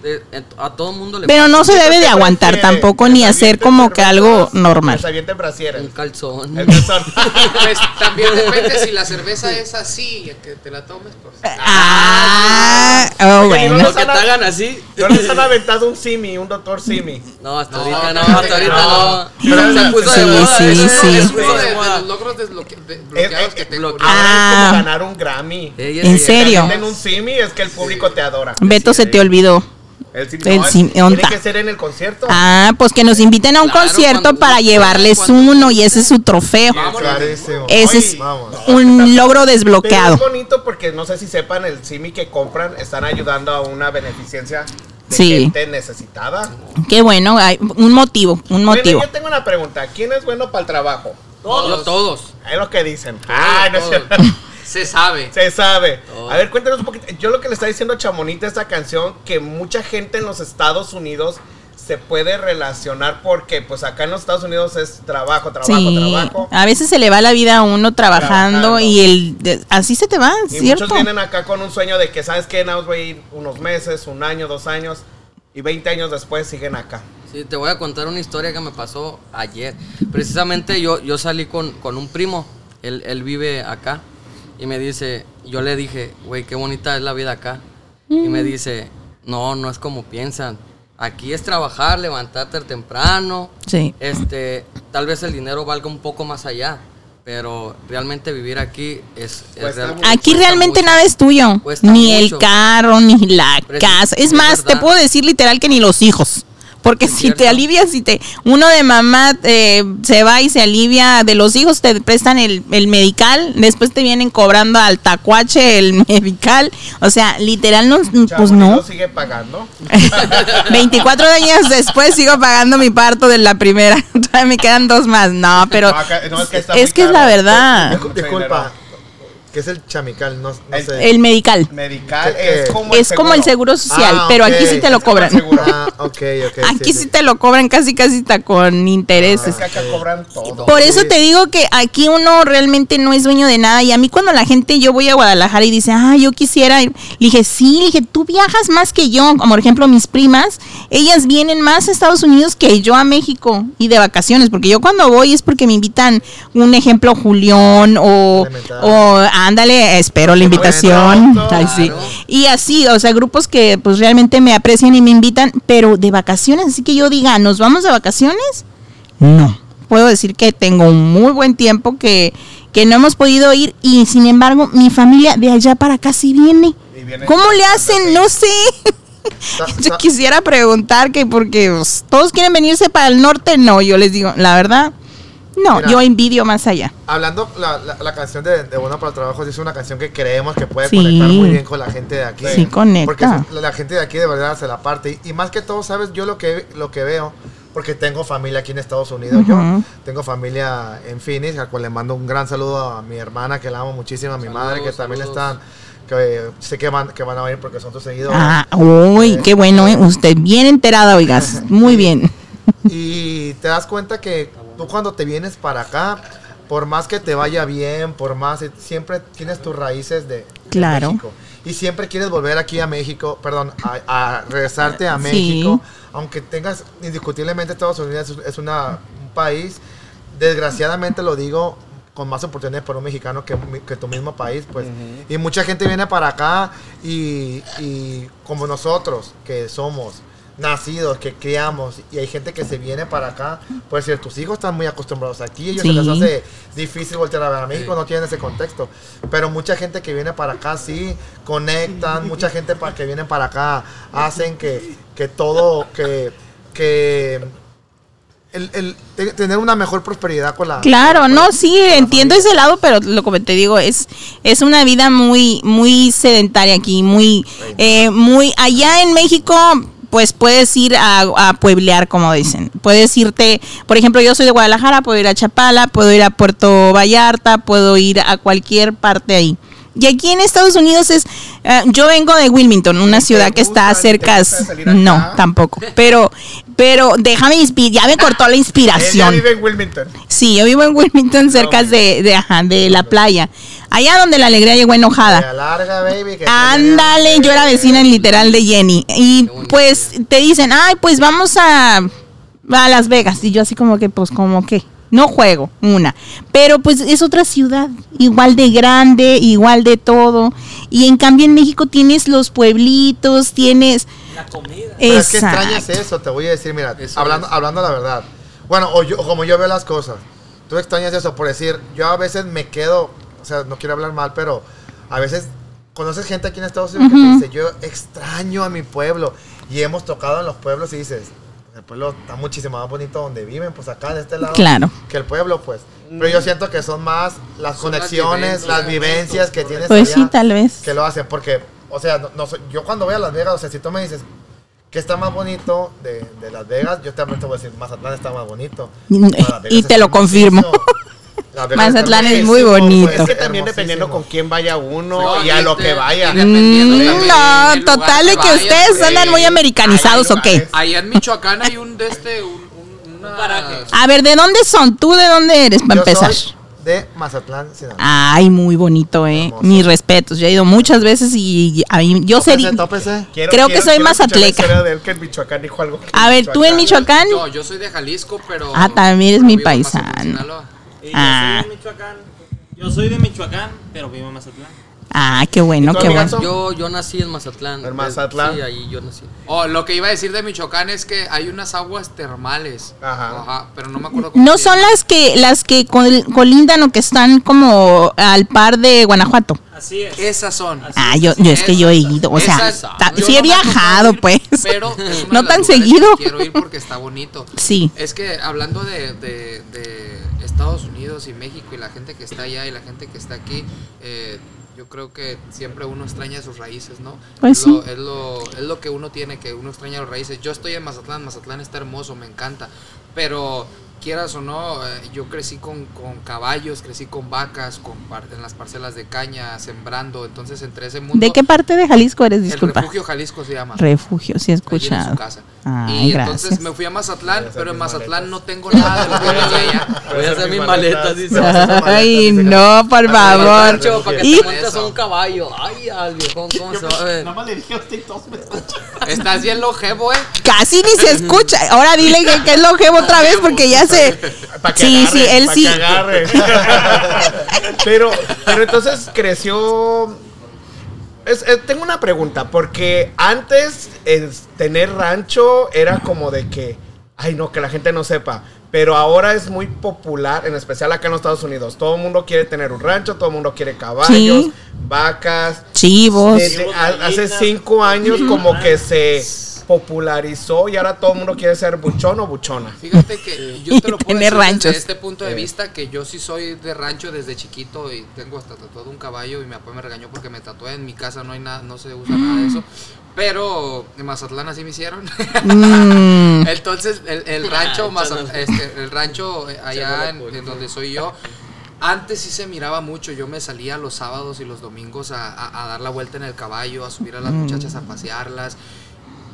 E: de- de- a todo mundo le
C: Pero no se debe de aguantar tampoco ni hacer como que algo normal.
D: Está bien, te
E: un calzón.
D: El calzón.
H: Pues también depende si la cerveza es así, que te la tomes, pues.
C: Ah, oh,
D: Oye, Oye, ¿no
C: bueno.
E: Lo que te hagan así.
D: ¿No les han aventado un simi, un doctor simi?
E: No, hasta
H: No,
E: ahorita no,
H: no,
E: hasta ahorita
D: no.
E: no.
D: Pero
E: se puso de
C: sí,
E: moda.
C: sí,
E: eso
C: sí.
E: Es
H: Uno
E: puso
H: de,
E: de
H: de los
E: moda.
H: logros desbloque- de-
D: Es,
H: bloqueados
D: es-
H: que
D: es-
H: tengo.
D: ahora es
C: Ah.
D: como ganar un Grammy.
E: Ella
C: ¿En
E: sí,
C: serio?
D: En un simi es que el público te adora.
C: Beto se te olvidó.
D: El simi,
C: El
D: no,
C: simi,
D: tiene
C: onta.
D: que ser en el concierto.
C: Ah, pues que nos inviten a un
H: Claro,
C: concierto
H: cuando-
C: para llevarles
H: cuando-
C: uno y ese es su trofeo.
F: Clarísimo.
C: Ese
F: Oye,
C: es
F: Vamos.
C: un logro
D: Pero
C: desbloqueado.
D: es bonito porque no sé si sepan, el simi que compran están ayudando a una beneficencia de
C: Sí.
D: gente necesitada.
C: Qué bueno, hay un motivo, un
D: Bueno,
C: motivo.
D: yo tengo una pregunta. ¿Quién es bueno para el trabajo?
H: Yo todos.
D: Es lo que dicen. Ay, no es
H: todos.
D: cierto.
H: Se sabe.
D: Se sabe.
E: Oh.
D: A ver, cuéntanos un poquito. Yo lo que le está diciendo Chamonita esta canción, que mucha gente en los Estados Unidos se puede relacionar porque pues acá en los Estados Unidos es trabajo, trabajo,
C: Sí,
D: trabajo.
C: a veces se le va la vida a uno trabajando
D: Trabajando.
C: y el de- así se te va,
D: Y
C: ¿cierto?
D: muchos vienen acá con un sueño de que, ¿sabes qué? Nada más voy a ir unos meses, un año, dos años. Y 20 años después siguen acá.
E: Sí, te voy a contar una historia que me pasó ayer. Precisamente yo, yo salí con, con un primo, él, él vive acá, y me dice, yo le dije, güey, qué bonita es la vida acá. Y
C: Mm.
E: me dice, no, no es como piensan. Aquí es trabajar, levantarte temprano.
C: Sí.
E: Este, tal vez el dinero valga un poco más allá, pero realmente vivir aquí es... es
D: Cuesta
E: real-
D: mucho.
C: Aquí
E: cuesta
C: realmente
E: mucho".
C: nada es tuyo,
E: Cuesta
C: ni el
E: mucho.
C: carro, ni la
E: Preci-
C: casa. Es
E: es
C: más, te
E: verdad.
C: puedo decir literal que ni los hijos. Porque
E: Es
C: si te
E: cierto.
C: alivias, si te uno de mamá eh, se va y se alivia de los hijos, te prestan el, el medical, después te vienen cobrando al tacuache el medical. O sea, literal, no, pues
D: Chamonix
C: no.
D: lo sigue pagando.
C: 24 años después sigo pagando mi parto de la primera. Todavía me quedan dos más. No, pero
D: No, acá- no,
C: es que,
D: está muy
C: es la
D: caro.
C: verdad.
D: Mucho
F: Disculpa.
D: dinero.
F: ¿Qué es el chamical? No, no
D: El-
F: sé.
C: El medical.
D: Medical
F: ¿Qué-
D: es
F: qué?
D: como
C: Es como el seguro social,
F: Ah,
C: pero aquí
F: ok.
C: sí te lo
F: Es como
C: cobran.
D: seguro.
F: Ah, ok, ok.
C: Aquí sí te lo cobran casi casi hasta con intereses.
D: Es que acá cobran todo.
C: Por eso te digo que aquí uno realmente no es dueño de nada. Y a mí cuando la gente, yo voy a Guadalajara y dice, ah, yo quisiera ir. Le dije, sí, le dije, tú viajas más que yo. Como por ejemplo mis primas, ellas vienen más a Estados Unidos que yo a México y de vacaciones. Porque yo cuando voy es porque me invitan, un ejemplo, Julián o,
F: Elemental.
C: o ándale, espero la invitación. Ay,
D: Elemental,
C: sí.
E: claro.
C: Y así, o sea, grupos que pues realmente me aprecian y me invitan, pero de vacaciones. Así que yo diga, ¿nos vamos de vacaciones? No. Puedo decir que tengo un muy buen tiempo que, que no hemos podido ir y sin embargo mi familia de allá para acá sí viene.
D: Y vienen-
C: ¿Cómo le hacen? No sé. Yo
F: digo.
C: quisiera preguntar que porque pues, todos quieren venirse para el norte, no, yo les digo, la verdad, no,
F: Mira.
C: yo envidio más allá.
F: Hablando, la, la, la canción de, de Bueno para el Trabajo sí es una canción que creemos que puede
C: Sí.
F: conectar muy bien con la gente de aquí.
C: Sí, conecta.
F: Porque eso- la, la gente de aquí de verdad se la parte. Y, y más que todo, ¿sabes? Yo lo que, lo que veo, porque tengo familia aquí en Estados Unidos,
C: Ujú.
F: yo tengo familia en Phoenix, a cual le mando un gran saludo a mi hermana, que la amo muchísimo, a mi madre, que
E: Saludos,
F: también
E: saludos.
F: están, que eh, sé que van, que van a venir porque son tus seguidores.
C: Ah, uy, qué bueno, ¿eh? usted bien enterada, oigas, muy bien.
F: Y te das cuenta que tú cuando te vienes para acá, por más que te vaya bien, por más, eh, siempre tienes tus raíces de, de
C: Claro.
F: México. Y siempre quieres volver aquí a México, perdón, a, a regresarte a
C: Sí.
F: México, aunque tengas indiscutiblemente Estados Unidos es- es una, un país, desgraciadamente lo digo con más oportunidades para un mexicano que, mi- que tu mismo país, pues. Y mucha gente viene para acá y, y como nosotros, que somos nacidos, que criamos, y hay gente que se viene para acá, pues decir, tus hijos están muy acostumbrados aquí, ellos se les
C: Sí.
F: hace difícil voltear a ver a México, no tienen ese contexto, pero mucha gente que viene para acá sí, conectan, mucha gente para que viene para acá hacen que, que todo, que... que el, el te- tener una mejor prosperidad con la
C: Claro,
F: con la-
C: no, sí, entiendo ese lado, pero lo que te digo es es una vida muy muy sedentaria aquí, muy eh, muy allá en México pues puedes ir a, a pueblear, como dicen. Puedes irte, por ejemplo, yo soy de Guadalajara, puedo ir a Chapala, puedo ir a Puerto Vallarta, puedo ir a cualquier parte ahí. Y aquí en Estados Unidos es, eh, yo vengo de Wilmington, una ciudad que está
D: gusta, ni te
C: cerca,
D: gusta salir acá?
C: no, tampoco, pero, pero déjame inspirar, ya me cortó la
D: Ella
C: inspiración.
D: vive en Wilmington.
C: Sí, yo vivo en Wilmington, cerca de, de, ajá, de la playa. Allá donde la alegría llegó
F: Te
C: enojada.
F: alarga, baby. que-
C: Ándale, yo era vecina en literal de Jenny. Y pues te dicen, ay, pues vamos a, a Las Vegas. Y yo así como que, pues como que, No juego, una. Pero pues es otra ciudad, igual de grande, igual de todo. Y en cambio en México tienes los pueblitos, tienes...
G: La comida.
F: Pero es que
C: Exacto.
F: extrañas eso, te voy a decir, mira,
H: Eso
F: hablando,
H: es.
F: hablando la verdad. Bueno, o yo, como yo veo las cosas, tú extrañas eso, por decir, yo a veces me quedo, o sea, no quiero hablar mal, pero a veces conoces gente aquí en Estados Unidos que te dice, yo extraño a mi pueblo. Y hemos tocado en los pueblos y dices, el pueblo está muchísimo más bonito donde viven, pues acá de este lado,
C: Claro.
F: que el pueblo, pues. Pero yo siento que son más las
H: Mm. Son las
F: conexiones,
H: vivencias,
F: las vivencias que tienes
C: Pues sí,
F: allá
C: tal vez.
F: que lo hacen porque o sea no, no soy- yo cuando voy a Las Vegas o sea si tú me dices que está más bonito de, de Las Vegas yo también te voy a decir Mazatlán está más bonito
C: Y-
F: No, Las Vegas
C: y te
F: está
C: lo confirmo.
F: hermoso. Las Vegas está
C: Mazatlán es
F: hermosísimo,
C: muy bonito.
F: pues,
D: Es que también
F: hermosísimo.
D: dependiendo con quién vaya uno
H: No,
D: y a
H: y
D: lo
H: te-
D: que vaya.
H: y dependiendo
C: Mm,
H: también
C: no,
H: del lugar
C: total de que
H: vayas,
C: ustedes
H: güey.
C: andan muy americanizados o qué.
H: Allá en Michoacán hay un de este, un, un- una-
E: paraje.
C: A ver, ¿de dónde son? ¿Tú de dónde eres para
F: Yo
C: empezar?
F: soy de Mazatlán Sinaloa
C: Ay, muy bonito, eh.
F: Hermoso.
C: Mis respetos. Yo he ido muchas veces y a mí, yo sería.
F: Tópese, tópese.
D: Quiero-
C: creo
D: quiero-
C: que soy
D: quiero escuchar la
C: mazatleca.
D: historia de él que en Michoacán dijo algo. que
C: A ver, tú en Michoacán.
H: No, yo soy de Jalisco, pero.
C: Ah, también eres mi
H: pero vivo en Mazatlán,
C: paisano.
H: Sinaloa.
G: Y yo
C: Ah.
G: soy de Michoacán. Yo soy de Michoacán, pero vivo en Mazatlán.
C: Ah, qué bueno,
D: ¿Y tú,
C: qué bueno.
D: amigazo?
E: Yo, yo nací en Mazatlán.
D: En Mazatlán.
E: Sí, ahí yo nací.
H: Oh, lo que iba a decir de Michoacán es que hay unas aguas termales.
D: Ajá.
H: pero no me acuerdo cómo
C: No
H: se
C: son
H: llama.
C: las que las que col- colindan o que están como al par de Guanajuato.
G: Así es.
H: Esas son.
C: Ah, yo, yo es que yo he ido, o sea,
H: Esas-
C: ta-
H: yo
C: sí he
H: no me ha tocado
C: viajado,
H: ir,
C: pues.
H: Pero es uno
C: No
H: de los
C: tan
H: lugares que
C: seguido.
H: Quiero ir porque está bonito.
C: Sí.
H: Es que hablando de, de- de Estados Unidos y México y la gente que está allá y la gente que está aquí, eh, yo creo que siempre uno extraña sus raíces, ¿no?
C: Pues
H: es,
C: sí.
H: lo, es, lo, es lo que uno tiene, que uno extraña las raíces. Yo estoy en Mazatlán, Mazatlán está hermoso, me encanta, pero quieras o no, eh, yo crecí con, con caballos, crecí con vacas, con par- en las parcelas de caña, sembrando, entonces entre ese mundo...
C: ¿De qué parte de Jalisco eres?
H: El
C: Disculpa.
H: refugio Jalisco se llama.
C: Refugio, sí he
H: Ahí en su
C: escuchado.
H: casa.
C: Ay,
H: y
C: gracias.
H: entonces me fui a Mazatlán, pero en Mazatlán no tengo nada de lo que
F: Voy a
H: hay
F: hacer-
H: allá.
E: Voy a hacer mis maletas, dice.
F: Voy a hacer esas maletas,
C: Ay,
F: dice.
C: no, por favor.
E: Pancho, para que
C: Y-
E: te montes a un caballo. Ay, al viejón, ¿cómo se va a ver?
D: más le dije a usted y todos me escuchan.
H: Estás bien lojebo, eh.
C: Casi ni se escucha. Ahora dile que, que es lo jevo otra vez porque ya se.
D: Pa' que
C: Sí, sí, él
D: agarre, pa'
C: sí.
D: que agarre. pero, pero entonces creció. Es- es- tengo una pregunta, porque antes es- tener rancho era como de que, ay no, que la gente no sepa, pero ahora es muy popular, en especial acá en los Estados Unidos. Todo el mundo quiere tener un rancho, todo el mundo quiere caballos,
C: Sí.
D: vacas,
C: Chivos.
D: desde a- hace cinco años como que se popularizó y ahora todo el mundo quiere ser buchón o buchona.
H: Fíjate que yo te
C: Y
H: lo puedo
C: tener
H: decir
C: ranchos.
H: desde este punto de vista que yo sí soy de rancho desde chiquito y tengo hasta tatuado un caballo y mi papá me regañó porque me tatué en mi casa no hay nada, no se usa nada de eso. Pero en Mazatlán así me hicieron.
C: Mm.
H: Entonces, el, el rancho más este, el rancho eh, allá en, en donde soy yo, antes sí se miraba mucho. Yo me salía los sábados y los domingos a, a- a dar la vuelta en el caballo, a subir a
C: Mm.
H: las muchachas a pasearlas.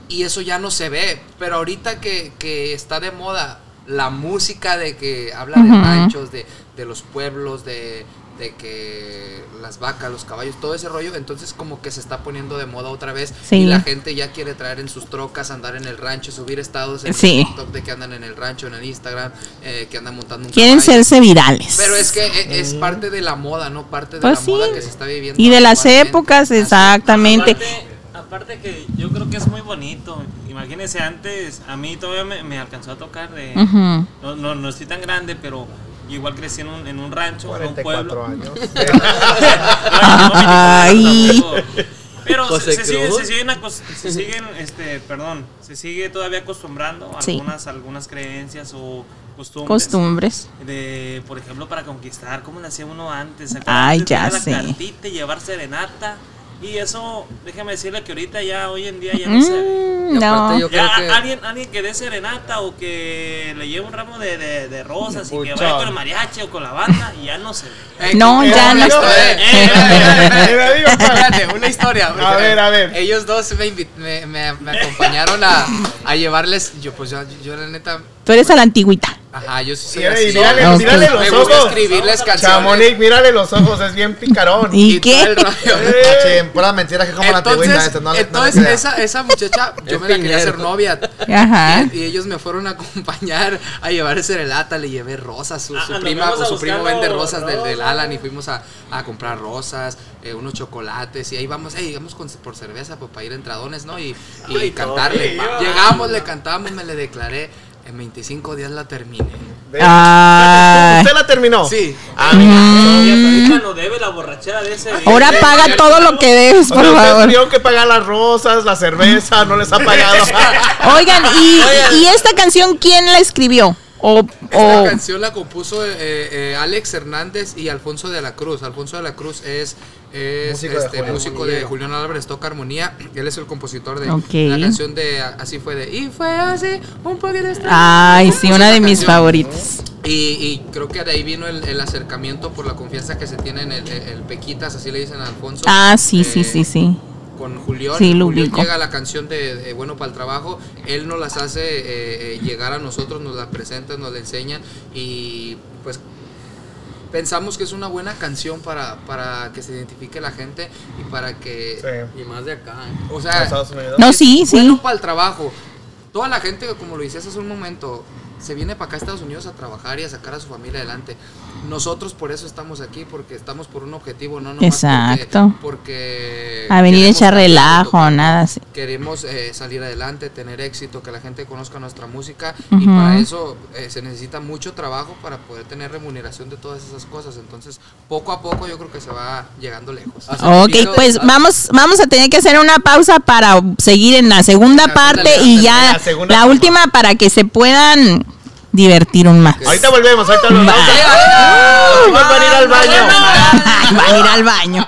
H: Y eso ya no se ve. Pero ahorita que, que está de moda la música de que habla de
C: Ujú.
H: ranchos, de, de los pueblos, de, de que las vacas, los caballos, todo ese rollo, entonces como que se está poniendo de moda otra vez.
C: Sí.
H: Y la gente ya quiere traer en sus trocas, andar en el rancho, subir estados en
C: Sí.
H: TikTok de que andan en el rancho, en el Instagram, eh, que andan montando un
C: Quieren
H: caballo.
C: serse virales.
H: Pero es que e- es, parte de la moda, ¿no? Parte de
C: Pues
H: la
C: sí.
H: moda que se está viviendo.
C: Y de las
H: actualmente.
C: épocas,
H: Así es.
C: exactamente.
G: Aparte, aparte que yo creo que es muy bonito. Imagínense antes, a mí todavía me, me alcanzó a tocar de...
C: Ujú.
G: no, no, no estoy tan grande, pero igual crecí en un, en un rancho, en un
F: 44
G: pueblo.
F: años
C: Ay.
G: Pero se,
E: José
G: se sigue,
E: Cruz.
G: se siguen, acos- se siguen, este, perdón, se sigue todavía acostumbrando a
C: Sí.
G: algunas, algunas creencias o costumbres.
C: Costumbres.
G: De, por ejemplo, para conquistar, ¿cómo le hacía uno antes? ¿Se
C: Ay,
G: acuerdan de
C: ya
G: tener la
C: sé.
G: cartita y llevar serenata. Y eso, déjame decirle que ahorita ya, hoy en día ya no se ve.
C: Mm,
E: Y aparte
C: no.
E: yo
G: Ya
E: creo que-
G: alguien, alguien que dé serenata o que le lleve un ramo de, de- de rosas y que vaya
D: Puchón.
G: con el mariachi o con la banda, ya no se ve.
H: Eh,
C: No,
H: eh,
C: ya
H: una
C: no.
H: historia, eh, eh,
D: Eh, me digo, pa-
H: Espérate, una historia.
D: A ver, a ver.
H: Ellos dos me, invi- me, me- me acompañaron a, a llevarles. Yo, pues yo, yo la neta,
C: Tú eres a la antigüita.
H: Ajá, yo sí soy
D: Mira,
H: así.
D: y mírale-
C: Ok.
D: mírale
H: Me
D: los
H: gusta
D: ojos.
H: escribirles canciones.
D: Chamonix, mírale los ojos, es bien picarón.
C: ¿Y,
H: y todo
C: qué?
H: el rollo.
F: Cachín, pura mentira que como la antigüita
H: Entonces,
F: esta, no le- no le
H: entonces
F: crea.
H: esa, esa muchacha, yo
E: Es
H: me la quería hacer
E: piñero.
H: novia.
C: Ajá.
H: Y, y ellos me fueron a acompañar a llevar cerelata, le llevé rosas, su,
G: Ah,
H: su
G: nos
H: prima,
G: fuimos a
H: su primo
G: buscar
H: vende
G: los
H: rosas del, del Alan y fuimos a, a comprar rosas, eh, unos chocolates y ahí vamos, hey, vamos con- por cerveza pues, para ir a entradones, ¿no? Y, y cantarle. Llegamos, le cantamos, me le declaré, en 25 días la terminé.
D: Ve.
C: Ah.
D: ¿Usted la terminó?
H: Sí.
D: Ah, mira.
G: Todavía ahorita no debe la borrachera de ese. día.
C: Ahora paga todo lo que debes,
D: O sea,
C: por
D: ustedes
C: favor.
D: tuvieron que pagar las rosas, la cerveza, no les ha pagado.
C: Oigan, ¿y, y esta canción quién la escribió? O,
H: Esta
C: o-
H: canción la compuso eh, eh, Alex Hernández y Alfonso de la Cruz. Alfonso de la Cruz es, es,
F: Músico de
H: este,
F: Julián
H: músico de Julián Álvarez, toca armonía. Él es el compositor de
C: Ok.
H: la canción de Así fue de Y fue así, un poquito extraño.
C: Ay, sí,
H: Compuso
C: una
H: esa
C: de mis
H: canción.
C: favoritas.
H: Y, y creo que de ahí vino el, el acercamiento por la confianza que se tiene en el, el- el Pequitas, así le dicen a Alfonso.
C: Ah, sí,
H: Eh,
C: sí, sí, sí.
H: con Julián.
C: Sí, lo
H: Julián
C: ubico.
H: llega la canción de, de Bueno para el Trabajo, él nos las hace eh, eh, llegar a nosotros, nos la presenta, nos la enseña y pues pensamos que es una buena canción para, para que se identifique la gente y para que...
D: Sí.
E: Y más de acá.
H: ¿eh? O
D: ¿En
H: sea,
D: Estados Unidos?
C: No, sí, sí.
H: bueno para el trabajo. Toda la gente, como lo dices hace un momento, se viene para acá a Estados Unidos a trabajar y a sacar a su familia adelante. Nosotros por eso estamos aquí, porque estamos por un objetivo, no nomás
C: Exacto.
H: Porque, porque
C: A venir a
H: queremos
C: echar
H: sacar
C: relajo,
H: producto.
C: nada así.
H: Queremos eh, salir adelante, tener éxito, que la gente conozca nuestra música
C: Ujú.
H: y para eso eh, se necesita mucho trabajo para poder tener remuneración de todas esas cosas. Entonces, poco a poco yo creo que se va llegando lejos.
C: Ok, pues vamos, vamos a tener que hacer una pausa para seguir en la segunda
H: La segunda
C: parte
H: le-
C: y
H: la
C: ya
D: segunda
C: la
D: parte.
C: última para que se puedan divertir un más.
D: Ahorita volvemos, ahorita volvemos. Vamos a ir al baño.
C: Van a ir al baño.